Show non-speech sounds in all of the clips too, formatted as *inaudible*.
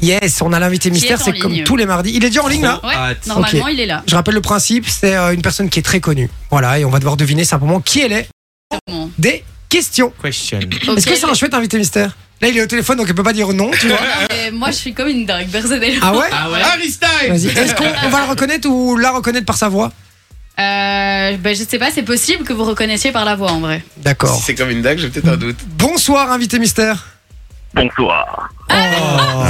Yes, on a l'invité Qui mystère, est en c'est comme ligne. tous les mardis. Il est déjà en ligne là Ouais, Hâte. normalement Ah, Ok. il est là. Je rappelle le principe, c'est euh, une personne qui est très connue. Voilà, et on va devoir deviner simplement qui elle est. Bon. Des questions. Question. Est-ce que Ok, c'est *laughs* un chouette invité mystère Là, il est au téléphone, donc il peut pas dire non, tu vois. non, mais Moi je suis comme une dingue personnellement. Ah ouais Ah ouais Harry Styles Vas-y. Est-ce qu'on on va le reconnaître ou la reconnaître par sa voix Euh, ben, je sais pas, c'est possible que vous reconnaissiez par la voix en vrai. D'accord. Si c'est comme une dague, j'ai peut-être un doute. Bonsoir, invité mystère. Bonsoir. Ah,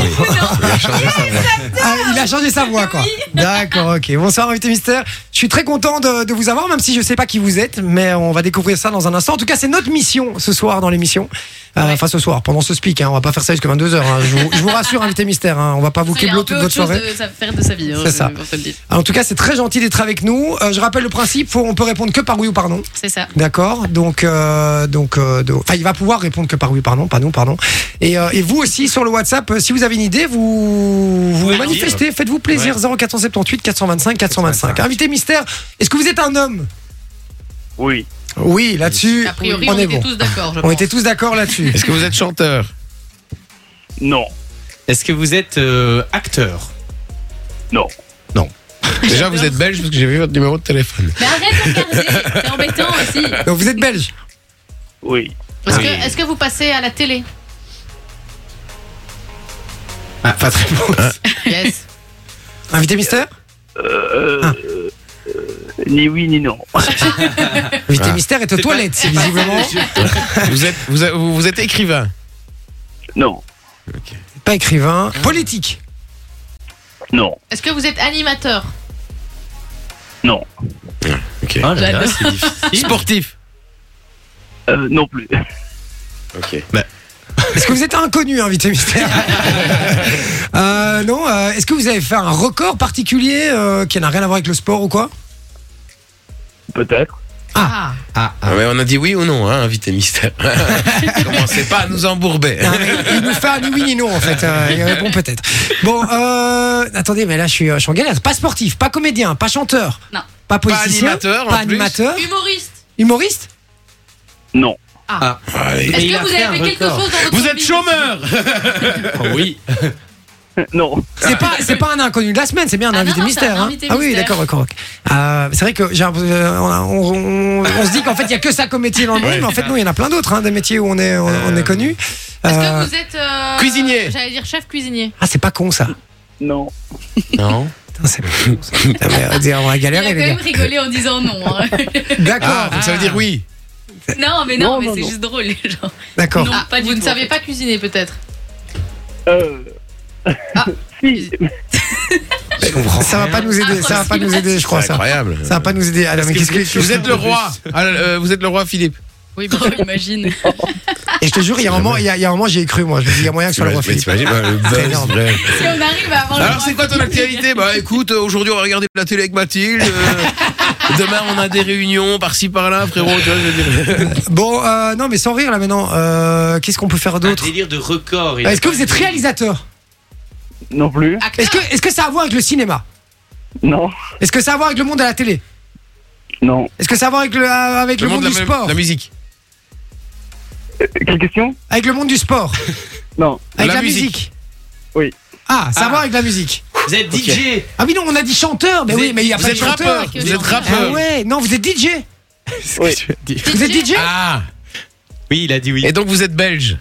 il a changé sa voix, *laughs* quoi. D'accord, ok. Bonsoir, invité mystère. Je suis très content de, de vous avoir, même si je sais pas qui vous êtes, mais on va découvrir ça dans un instant. En tout cas, c'est notre mission ce soir dans l'émission. Euh, Ouais. Enfin, ce soir, pendant ce speak, hein, on va pas faire ça jusqu'à 22h. je, vous, je vous rassure, invité mystère, hein, on va pas vous Il a québlo un peu toute autre votre chose soirée. de sa- faire de sa vie. hein, C'est je- ça. pour te le dire. Alors, En tout cas, c'est très gentil d'être avec nous. Euh, je rappelle le principe, faut, on peut répondre que par oui ou par non. C'est ça. D'accord Donc, euh, donc, euh, donc- enfin, il va pouvoir répondre que par oui ou par non, pas non, pardon. Et, euh, et vous aussi, sur le WhatsApp, euh, si vous avez une idée, vous, vous Ouais, manifestez, faites-vous plaisir. 0478 425 425. Invité mystère, est-ce que vous êtes un homme Oui. Oui, là-dessus, A priori, on, on, est était bon. tous d'accord. je On pense. était tous d'accord là-dessus. Est-ce que vous êtes chanteur *laughs* Non. Est-ce que vous êtes euh, acteur Non. Déjà, vous êtes belge parce que j'ai vu votre numéro de téléphone. Mais arrête de regarder, c'est embêtant aussi. Donc, vous êtes belge Oui. Est-ce Oui. que, est-ce que vous passez à la télé Ah, pas de réponse. Yes. Invité mystère Euh, Ah. euh, ni oui ni non. Invité mystère est aux Ah. C'est pas- toilettes, c'est pas ça, visiblement. le jeu. *laughs* vous, êtes, vous, êtes- vous êtes écrivain Non. Pas écrivain. Politique Non. Est-ce que vous êtes animateur Non. Ok. Oh là là, J'adore. c'est difficile. Sportif Euh, non plus. *laughs* Ok. Est-ce que vous êtes inconnu, hein, invité mystère Euh, Non. euh, Est-ce que vous avez fait un record particulier euh, qui n'a rien à voir avec le sport ou quoi Peut-être. Ah. Ah, ah. Ah ouais, on a dit oui ou non, hein, invité *laughs* mystère. Commencez pas à nous embourber. Non, mais Il nous fait un ni oui ni non en fait. euh, il répond peut-être. Bon, euh, attendez, mais là je suis, je suis en galère. Pas sportif, pas comédien, pas chanteur, Non. pas politicien, animateur, en pas plus. animateur, Humoriste humoriste. Non. *laughs* ah. Ah, Allez. Et Est-ce il que a vous fait avez un fait quelque record. chose dans votre Vous êtes vie chômeur oui. Non. C'est pas, c'est pas un inconnu de la semaine, c'est bien un Ah invité non, non, c'est mystère. un hein. invité Ah oui, mystère. d'accord, d'accord. ok. Euh, c'est vrai que j'ai, un- euh, on, on- on- on se dit qu'en fait il y a que ça comme métier dans le monde, mais en fait non, il y en a plein d'autres, hein, des métiers où on est, on, on est connu. Est-ce Euh, que vous êtes. euh, Cuisinier. J'allais dire chef cuisinier. Ah, c'est pas con *laughs* ça. Non. Non. Putain, c'est pas con ça. Putain, mais, euh, dire, on va Il a galérer, quand les même *laughs* gars. rigolé en disant non. hein. D'accord, Ah, donc ça veut dire oui. Non, mais non, Non, mais non, c'est non. juste drôle. Genre. d'accord. Non, pas du vous ne tout, en savez fait. pas cuisiner peut-être Euh. Ah. *laughs* si. Ça va pas nous aider, ça va pas nous aider, je crois, C'est ça. incroyable. Ça va pas nous aider. Alors, mais qu'est-ce que- Vous êtes le roi. Ah, euh, vous êtes le roi Philippe. Oui, Oh, imagine. Et je te jure, il y a un moment, il y a, il y a un moment, j'y ai cru, moi. Je me dis, il y a moyen que ce soit le roi Philippe. T'imagines, bah, le buzz, énorme. bref. Si on arrive à avoir le Alors droit c'est quoi à ton faire- *laughs* actualité Bah écoute, euh, aujourd'hui on va regarder la télé avec Mathilde. euh, demain on a des réunions par-ci par-là, frérot. Tu vois, je veux dire. Bon, euh, non, mais sans rire, là, maintenant, euh, qu'est-ce qu'on peut faire Un Ah, d'autre délire de record. il a Ah, Est-ce que pas vous êtes dit. réalisateur Non plus. Est-ce que, est-ce que ça a à voir avec le cinéma Non. Est-ce que ça a à voir avec le monde à la télé Non. Est-ce que ça a à voir avec le, euh, avec le, monde, de du la, mu- sport la musique. Euh, Quelle question Avec le monde du sport Non. Avec la, La musique. musique. Oui. Ah, ça a à Ah. voir avec la musique. Vous êtes Ok. DJ Ah, mais non, on a dit chanteur, mais Vous oui, êtes- mais il y a vous pas de êtes chanteur. rappeur. que Vous des êtes gens. Ah rappeur. ouais, non, vous êtes DJ Oui. Vous êtes DJ Ah Oui, il a dit oui. Et donc vous êtes belge.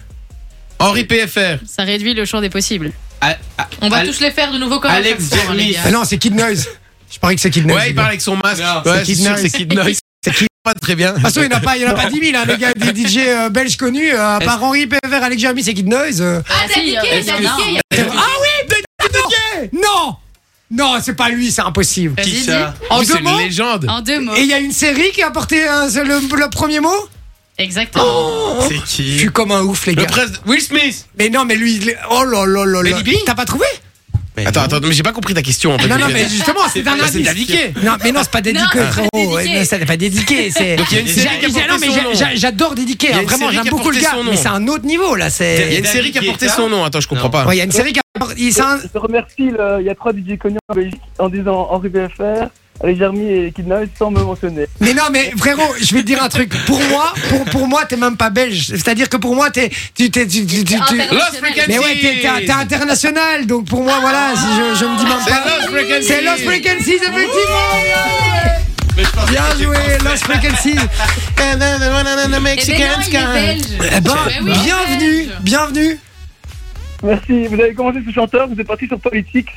Henri PFR. Ça réduit le champ des possibles. Ah, ah, On va Al- tous les faire de nouveau comme Alex à chaque fois, Vernis. les Ah gars. non, c'est Kid Noise. Je parie que c'est Kid Noise. Ouais, les il gars. parle avec son masque. Non, ouais, c'est Kid c'est sûr, Noise. c'est Kid Noise. *laughs* Ah, C'est Kid- Pas très bien. De toute façon, Ah, il n'y en a pas, il y en a pas 10 000, hein, les gars, des DJ euh, belges connus, euh, à Est-ce- part Henri Pévert, Alex Jeremy, c'est Kid Noise. euh. Ah, t'as si, niqué, euh, t'as il y en a niqué, un. il y a- Eh C'est vrai- Ah oui, Benny DJ Non Non, c'est pas lui, c'est impossible. Vas-y, Qui dis. ça En En plus, deux Eh, c'est une mots légende. Ah, En deux mots. Et il y a une série qui a porté euh, c'est le, le premier mot Exactement. Oh. Je C'est qui suis comme un ouf, les Le gars. prince Will Smith. Mais non, mais lui, il est- oh là là là là. Benny Bing T'as pas trouvé Mais Attends, non. attends, mais j'ai pas compris ta question en fait. Non, non, mais justement, c'est un pas- c'est indice. indiqué. Non, mais non, c'est pas dédiqué, Non, c'est pas frérot. dédiqué. Ouais, Ça n'est pas dédiqué. c'est- Donc il y a une série J'a- qui a porté non, mais son j'a- nom. j'a- j'adore dédiquer. Il y a hein, une Vraiment, série j'aime qui a beaucoup le porté gars. son nom. Mais c'est un autre niveau, là. Il y a c'est- une série qui a porté Guetta son nom. Attends, je comprends Non. pas. Ouais, Il y a une série qui a porté. c'est un- Je te remercie, le- il y a trois DJ connus en Belgique en disant Henri BFR, les Jeremy et Kidna sans me mentionner. Mais non, mais frérot, je vais te dire un truc. Pour moi, pour, pour moi, t'es même pas belge. C'est-à-dire que pour moi, t'es. Tu, t'es- tu- tu- tu- tu- International. Lost Frequencies Mais ouais, t'es, t'es- t'es international. Donc pour moi, voilà, si je, je me dis même C'est pas. Lost Frequencies C'est Lost Frequencies, effectivement. Mais je pense Bien que c'est joué, français. Lost Frequencies. Eh ben non, il est belge. *laughs* Eh ben, Mais oui, bienvenue, belge. bienvenue. Merci, vous avez commencé sur chanteur, vous êtes parti sur politique.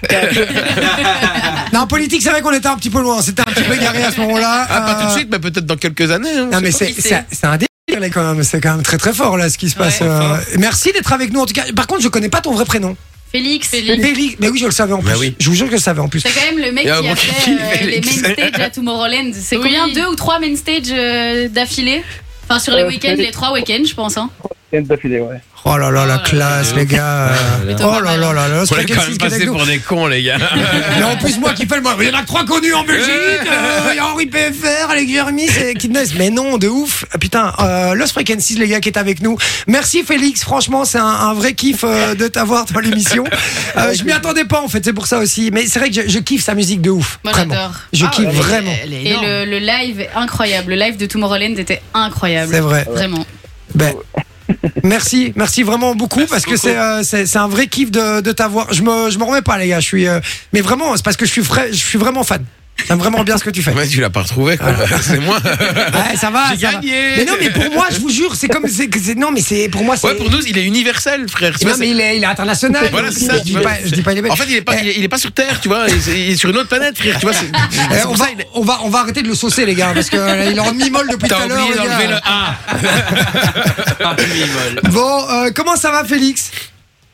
Non, en politique, c'est vrai qu'on était un petit peu loin. C'était un petit peu égaré à ce moment-là. Ah, pas tout de Euh, suite, mais peut-être dans quelques années. hein, Non on sait mais pas. c'est qui c'est- c'est. c'est un délire là, quand même, c'est quand même très très fort là ce qui se passe. Ouais, euh, Merci d'être avec nous en tout cas. Par contre, je connais pas ton vrai prénom. Félix. Félix. Félix, mais oui, je le savais en Bah plus. oui. Je vous jure que je le savais en plus. C'est quand même le mec Il y a un qui gros a kiki, fait euh, les Félix. main stages à Tomorrowland. C'est Oui. combien Deux ou trois main stages euh, d'affilée Enfin, sur les Euh, week-ends, Félix. les trois week-ends, je pense. Hein. C'est une d'affilée, ouais. Oh là là, la Oh là classe, là. les gars. euh, Mais Oh là là là là, On est Spaghetti quand même qui bah, est avec passé nous. pour des cons, les *laughs* gars. Mais en plus, moi qui fais le moins. Il y en a que trois connus en Belgique. euh, Il y a Henri PFR, Alex Jeremy, c'est Kidness. Mais non, de ouf. Ah, Putain, euh, Lost Frequencies, les gars, qui est avec nous. Merci Félix. Franchement, c'est un, un vrai kiff euh, de t'avoir dans l'émission. *laughs* Euh, je m'y attendais pas, en fait. C'est pour ça aussi. Mais c'est vrai que je, je kiffe sa musique de ouf. Moi, vraiment. j'adore. Je Ah, kiffe ouais. vraiment. Elle est Et énorme. le, le live est incroyable. Le live de Tomorrowland était incroyable. C'est vrai. Vraiment. Ben, merci, merci vraiment beaucoup parce que c'est euh, c'est c'est un vrai kiff de, de t'avoir. Je me je m'en remets pas les gars. Je suis euh, mais vraiment c'est parce que je suis frais, je suis vraiment fan. J'aime vraiment bien ce que tu fais. Mais tu l'as pas retrouvé, quoi. *laughs* C'est moi. Ouais, ça va. J'ai ça va. gagné. Ah. Mais non mais pour moi je vous jure c'est comme c'est que c'est- non mais c'est pour moi c'est. Ouais, pour nous, il est universel, frère. Tu non vois, mais il est, il est international. Voilà, c'est ça, je, tu dis vois. pas, je dis pas il est c'est- bête. En fait, il est pas, il est, il est pas sur Terre, tu vois. Il est, il est sur une autre planète, frère. Tu vois, c'est. Eh, on, va, on, va, on va arrêter de le saucer, les gars, parce que euh, il est en demi-molle depuis tout T'as à l'heure. oublié les d'enlever le gars. A. Ah, oui, molle. Bon, euh, comment ça va, Félix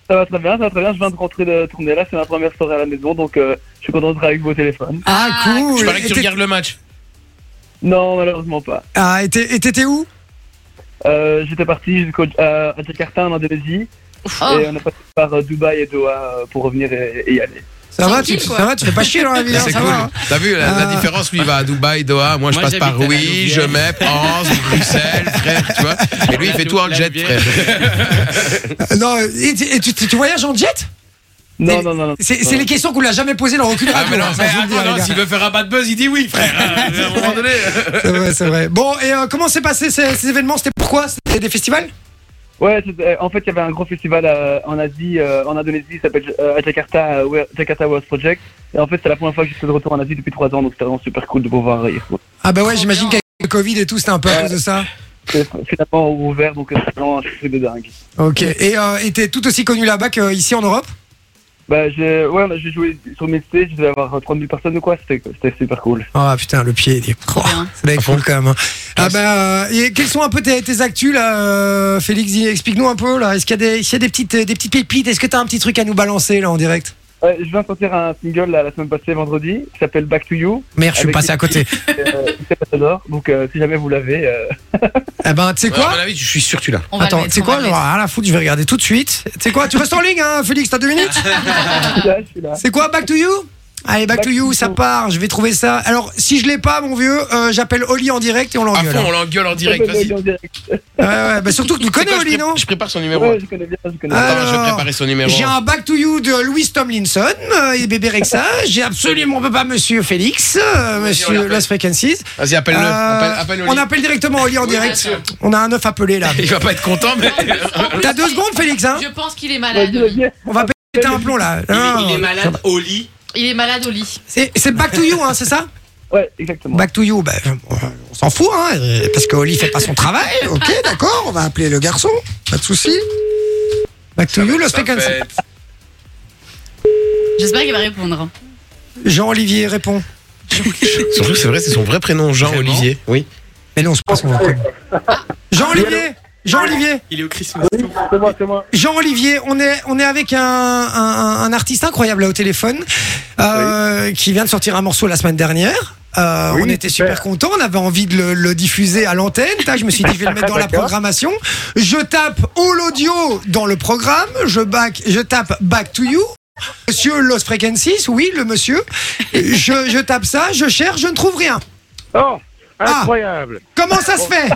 Ça va très bien, ça va très bien, je viens de rentrer de tourner là, c'est ma première soirée à la maison, donc euh, je suis content d'être avec vos téléphones. Ah, cool. Je parie que Et tu t'es- regardes le match. Non, malheureusement pas. Ah, et t'es- et t'étais où Euh, J'étais parti jusqu'au- euh, à Jakarta en Indonésie, Ah. Oh. et on est passé par euh, Dubaï et Doha euh, pour revenir et, et y aller. Ça va, tu, Tranquille, quoi. ça va, tu fais pas chier dans la vie, hein, C'est ça cool. va. hein. T'as vu la, la Ah. différence Lui, il va à Dubaï, Doha. Moi, je Moi, passe par j'habite à la Rouy, Louvière. Jemais, Anse, Bruxelles, frère, tu vois. Et lui, il La fait tout en Louvière. jet, frère. Euh, Non, et, tu- et tu, tu- tu voyages en jet Non, Et- non, non, non. C'est c'est les questions qu'on l'a jamais posées dans aucune Ah, radio. mais non, hein, ça, mais je vous le dis, attends, les non, gars. s'il veut faire un bad buzz, il dit oui, frère. Euh, À un moment donné. C'est vrai, c'est vrai. Bon, et euh, comment s'est passé ces, ces événements C'était pourquoi C'était des festivals Ouais, c'était- en fait, il y avait un gros festival euh, en Asie, euh, en Indonésie, ça s'appelle euh, à Jakarta, euh, Wor- Jakarta World Project. Et en fait, c'est la première fois que je suis de retour en Asie depuis trois ans, donc c'était vraiment super cool de pouvoir y retourner. Ah, bah ouais, Trop j'imagine bien. qu'avec le Covid et tout, c'était un peu à Ouais. cause de ça. C'est finalement ouvert, donc euh, c'est vraiment un truc de dingue. Ok. Et euh, et t'es tout aussi connu là-bas qu'ici en Europe Bah, j'ai ouais, bah, j'ai joué sur mes stages, je devais avoir euh, 3000 personnes ou quoi, c'était c'était super cool. Ah, putain, le pied, il est. Trop bien. C'est là cool quand même. hein. Ah, bah, euh, et quels sont un peu tes, tes actus là, euh, Félix dis- Explique-nous un peu là. Est-ce qu'il y a des, s'il y a des petites, euh, des petites pépites Est-ce que t'as un petit truc à nous balancer là en direct Ouais, je viens de sortir un single là, la semaine passée, vendredi, qui s'appelle Back to You. Merde, je suis Avec passé des à côté. Et, euh, c'est pas sonore, donc euh, si jamais vous l'avez, euh, *laughs* Eh ben, tu sais Ouais, quoi À mon avis, je suis sûr que tu l'as. On va Attends, le tu mettre, sais on va quoi le J'en ai mettre. rien à la foutre, je vais regarder tout de suite. Tu sais quoi Tu restes en ligne, hein, Félix, t'as deux minutes je suis là, je suis là. C'est quoi Back to you Allez, back, Back to to you, you. ça part, je vais trouver ça. Alors, si je l'ai pas, mon vieux, euh, j'appelle Oli en direct et on À l'engueule. fond, on hein. l'engueule en direct, Ouais, vas-y. en direct. Ouais, ouais, bah surtout que tu C'est connais quoi, je Oli, pré- non Je prépare son numéro. Ouais, je connais bien, je connais bien. Ah, Attends, je vais Alors, préparer son numéro. J'ai un back to you de Louis Tomlinson euh, et bébé Rexa. J'ai absolument pas monsieur Félix, euh, Vas-y, on monsieur l'appelle. Lost Frequencies. Vas-y, appelle-le. Euh, Appelle, appelle on appelle directement Oli en Oui, direct. bien sûr. On a un œuf appelé là. *laughs* Il va pas être content, mais. T'as deux secondes, Félix, hein Je pense qu'il est Vas-y, malade. Oli. vas-y. On va péter un plomb là. Il Non, est- Il est malade au lit. Il est malade au lit. C'est c'est back to you, hein, c'est ça Ouais, exactement. Back to you, bah, euh, on s'en fout, hein, euh, parce que Oli fait pas son travail. *laughs* Ok, d'accord, on va appeler le garçon, pas de souci. Back to you, Lost Frequency. J'espère qu'il va répondre. Jean-Olivier répond. Surtout, c'est vrai, c'est son vrai prénom, Jean-Olivier. Oui. Mais non, je pense qu'on va reconnaître. Ah. Jean-Olivier Jean-Olivier Il est au Christmas. C'est moi, c'est moi. Jean-Olivier, on est, on est avec un, un- un artiste incroyable là, au téléphone euh, qui vient de sortir un morceau la semaine dernière. Euh, Oui, on était super. super contents, on avait envie de le, le diffuser à l'antenne. tac, Je me suis dit, je vais le mettre dans la D'accord. programmation. Je tape All Audio dans le programme. Je, back, je tape Back to You. Monsieur Lost Frequencies, oui, le monsieur. Je, je tape ça, je cherche, je ne trouve rien. Oh Incroyable. Comment ça se fait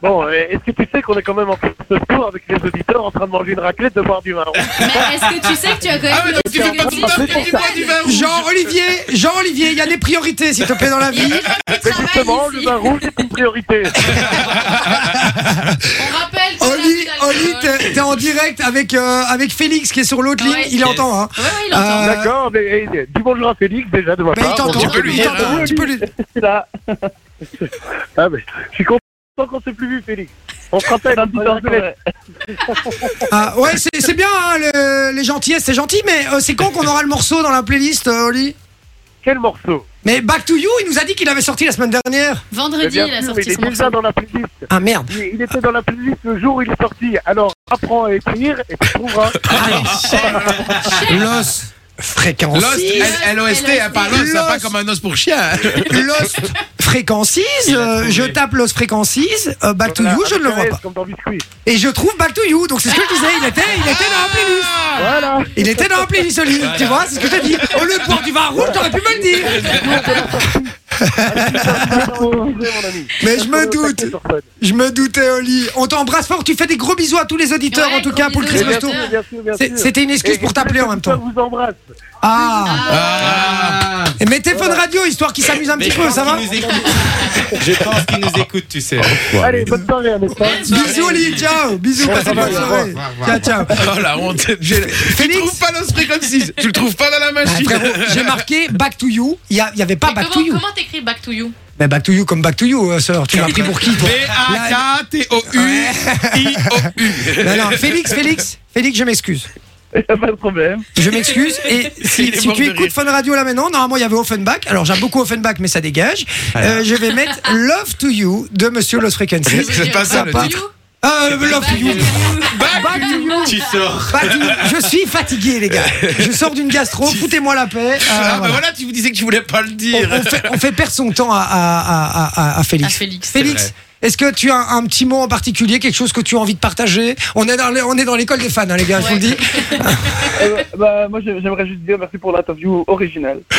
Bon, euh, est-ce que tu sais qu'on est quand même en cours de tour avec les auditeurs en train de manger une raclette, de boire du vin rouge Mais est-ce que tu sais que tu as quand même. Ah ouais, donc tu fais pas ton taf quand tu bois du vin rouge. Jean-Olivier, Jean-Olivier, il y a des priorités, s'il te plaît, dans la Il y a vie. des gens qui Mais travaillent justement, ici. le vin rouge est une priorité. On rappelle que Oli, la vie Oli, d'alcool- t'es- t'es en direct avec, euh, avec Félix qui est sur l'autre Ouais. ligne. Il entend, hein. Ouais, ouais, il entend. Euh, D'accord, mais eh, dis bonjour à Félix déjà de ma Bah, il part. t'entend. tu peux lui il dire, t'entend, hein. tu peux lui- Bonjour, là. ah, mais je suis content qu'on s'est plus vu, Félix. On se rappelle, un petit peu Ah, ouais, c'est c'est bien, hein, le- les gentillesses, c'est gentil, mais euh, c'est quand qu'on aura le morceau dans la playlist, euh, Oli Quel morceau Mais Back to You, il nous a dit qu'il avait sorti la semaine dernière. Mais Vendredi, Eh bien il a sûr, sorti il son est déjà morceau. dans la playlist. Ah merde. Il, il était dans la playlist le jour où il est sorti. Alors, apprends à écrire et tu *laughs* trouveras. Ah, Los fréquences. Lost, L- LOST, hein, pas Lost, ça pas comme un os pour chien. hein. Lost Frequencies, euh, je tape Lost Frequencies, euh, Back to Voilà, You, je ne le avec vois un S pas. Comme dans Biscuit. Et je trouve Back to You, donc c'est ce que je disais, il était, il était dans la playlist. Ah. *laughs* Voilà. Il était dans la playlist, Oli, tu vois, c'est ce que je t'ai dit. Au lieu de boire du vin rouge, t'aurais pu me le dire. mon ami. Mais je me doute, Sur scène. je me doutais, Oli. On t'embrasse fort, tu fais des gros bisous à tous les auditeurs, Ouais, en tout gros cas, pour le bisous aux Christmas Tour. Bien auditeurs. sûr, bien sûr, bien C'est- sûr. C'était une excuse Et- pour et t'appeler en je *laughs* même temps. vous embrasse. Ah, Ah. et mets tes phones radio, histoire qu'ils s'amusent un Mais petit je peu, pense ça va qu'il nous écoute. Je pense qu'il nous écoute, tu sais. Allez, bonne soirée, à pas Bisous, Oli, ciao, bisous, Ouais, passe ça une va, bonne au revoir, soirée. Ciao, ciao. Oh la honte. J'ai- Tu Félix trouves pas Lost Frequencies. Tu le trouves pas dans la Ah, machine. *laughs* frérot, J'ai marqué Back to You, il n'y avait pas Mais Back to comment- You. Comment t'écris Back to You Mais Back to You comme Back to You, euh, sœur, tu m'as pris pour qui toi B-A-K-T-O-U-I-O-U. *laughs* Non, non, Félix, Félix, Félix, je m'excuse. Y'a pas de problème. Je m'excuse. *laughs* Et si, Il est si mort tu de écoutes rire. Fun Radio là maintenant, normalement il y avait Offenbach. Alors j'aime beaucoup Offenbach, mais ça dégage. Euh, je vais mettre Love to You de Monsieur Los Frequencies. C'est pas ça, le Back to titre. You Euh, Love to You. Back to you. *laughs* Tu sors. Back to you. Je suis fatigué, les gars. Je sors d'une gastro. Foutez-moi la paix. Euh, Ah, bah voilà. voilà, tu vous disais que tu voulais pas le dire. on, on fait, on fait perdre son temps à, à, à, à- à Ah, Félix. Félix. Félix, vrai. est-ce que tu as un petit mot en particulier, quelque chose que tu as envie de partager On est dans les- on est dans l'école des fans, hein, les gars. Je vous le dis. Euh, *laughs* bah, moi, j'ai- j'aimerais juste dire merci pour l'interview originale. Ah,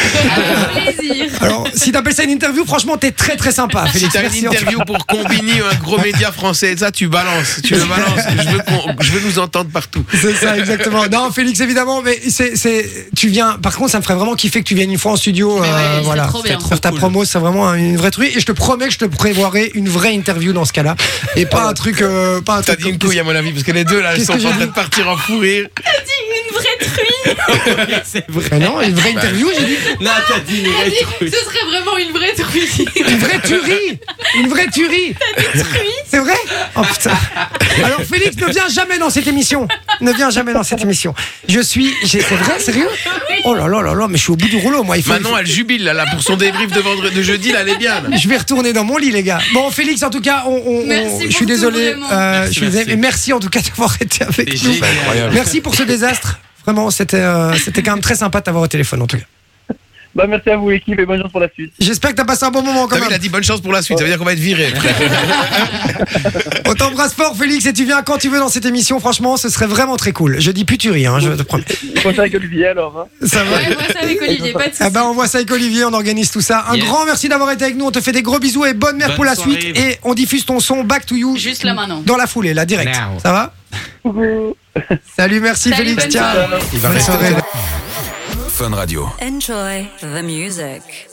Avec plaisir. Alors, si t'appelles ça une interview, franchement, t'es très très sympa. Si Félix, t'as Merci, une en tout cas. interview pour Combini ou un gros média français, ça tu balances, tu le balances. Je veux, qu'on- je veux nous entendre partout. C'est ça, exactement. Non, Félix, évidemment, mais c'est, c'est, tu viens. Par contre, ça me ferait vraiment kiffer que tu viennes une fois en studio. Mais ouais, euh, c'est voilà. trop bien. Pour ta promo, c'est vraiment une vraie truc. Et je te promets que je te prévoirai une vraie interview dans ce cas-là. Et pas un truc, euh, pas un T'as truc. dit une comme- couille à mon avis, parce que les deux là, ils Qu'est-ce sont que j'ai en train dit de partir en fou rire. Une vraie truie. Mais non, une vraie interview, j'ai dit Non, t'as dit une vraie Ce truc. serait vraiment une vraie truie. une vraie tuerie. Une vraie tuerie. C'est vrai Oh putain. Alors, Félix, ne viens jamais dans cette émission. Ne viens jamais dans cette émission. Je suis. j'ai- C'est vrai, sérieux Oh là là là là, mais je suis au bout du rouleau, moi. Il faut, Manon elle jubile là, là pour son débrief de vendredi, de jeudi, là, elle est bien. là. Je vais retourner dans mon lit, les gars. Bon, Félix, en tout cas, on, on- on- Merci je pour suis tout, désolé. Euh, vraiment. je suis Merci, désolé, mais merci. merci en tout cas d'avoir *laughs* été C'est avec nous. génial. Merci pour ce désastre. Vraiment, c'était euh, c'était quand même très sympa de t'avoir au téléphone, en tout cas. Bah, merci à vous, l'équipe, et bonne chance pour la suite. J'espère que t'as passé un bon moment T'as quand vu, il a même. dit bonne chance pour la suite, ça veut dire qu'on va être viré. On t'embrasse fort, Félix, et tu viens quand tu veux dans cette émission. Franchement, ce serait vraiment très cool. Je dis puturie, hein, je te promets. Bonne soirée avec Olivier, alors. hein. Ça va. Ouais, moi, c'est avec Olivier, pas de soucis. Ah bah on voit ça avec Olivier, on organise tout ça. Un Yes. grand merci d'avoir été avec nous, on te fait des gros bisous et bonne mère Bonne pour la soirée. suite. Et on diffuse ton son Back to You Juste là maintenant. dans la foulée, là direct. Now. Ça va Salut, merci Salut, Félix. bonne Ciao. soirée. Bonne soirée. Enjoy the music.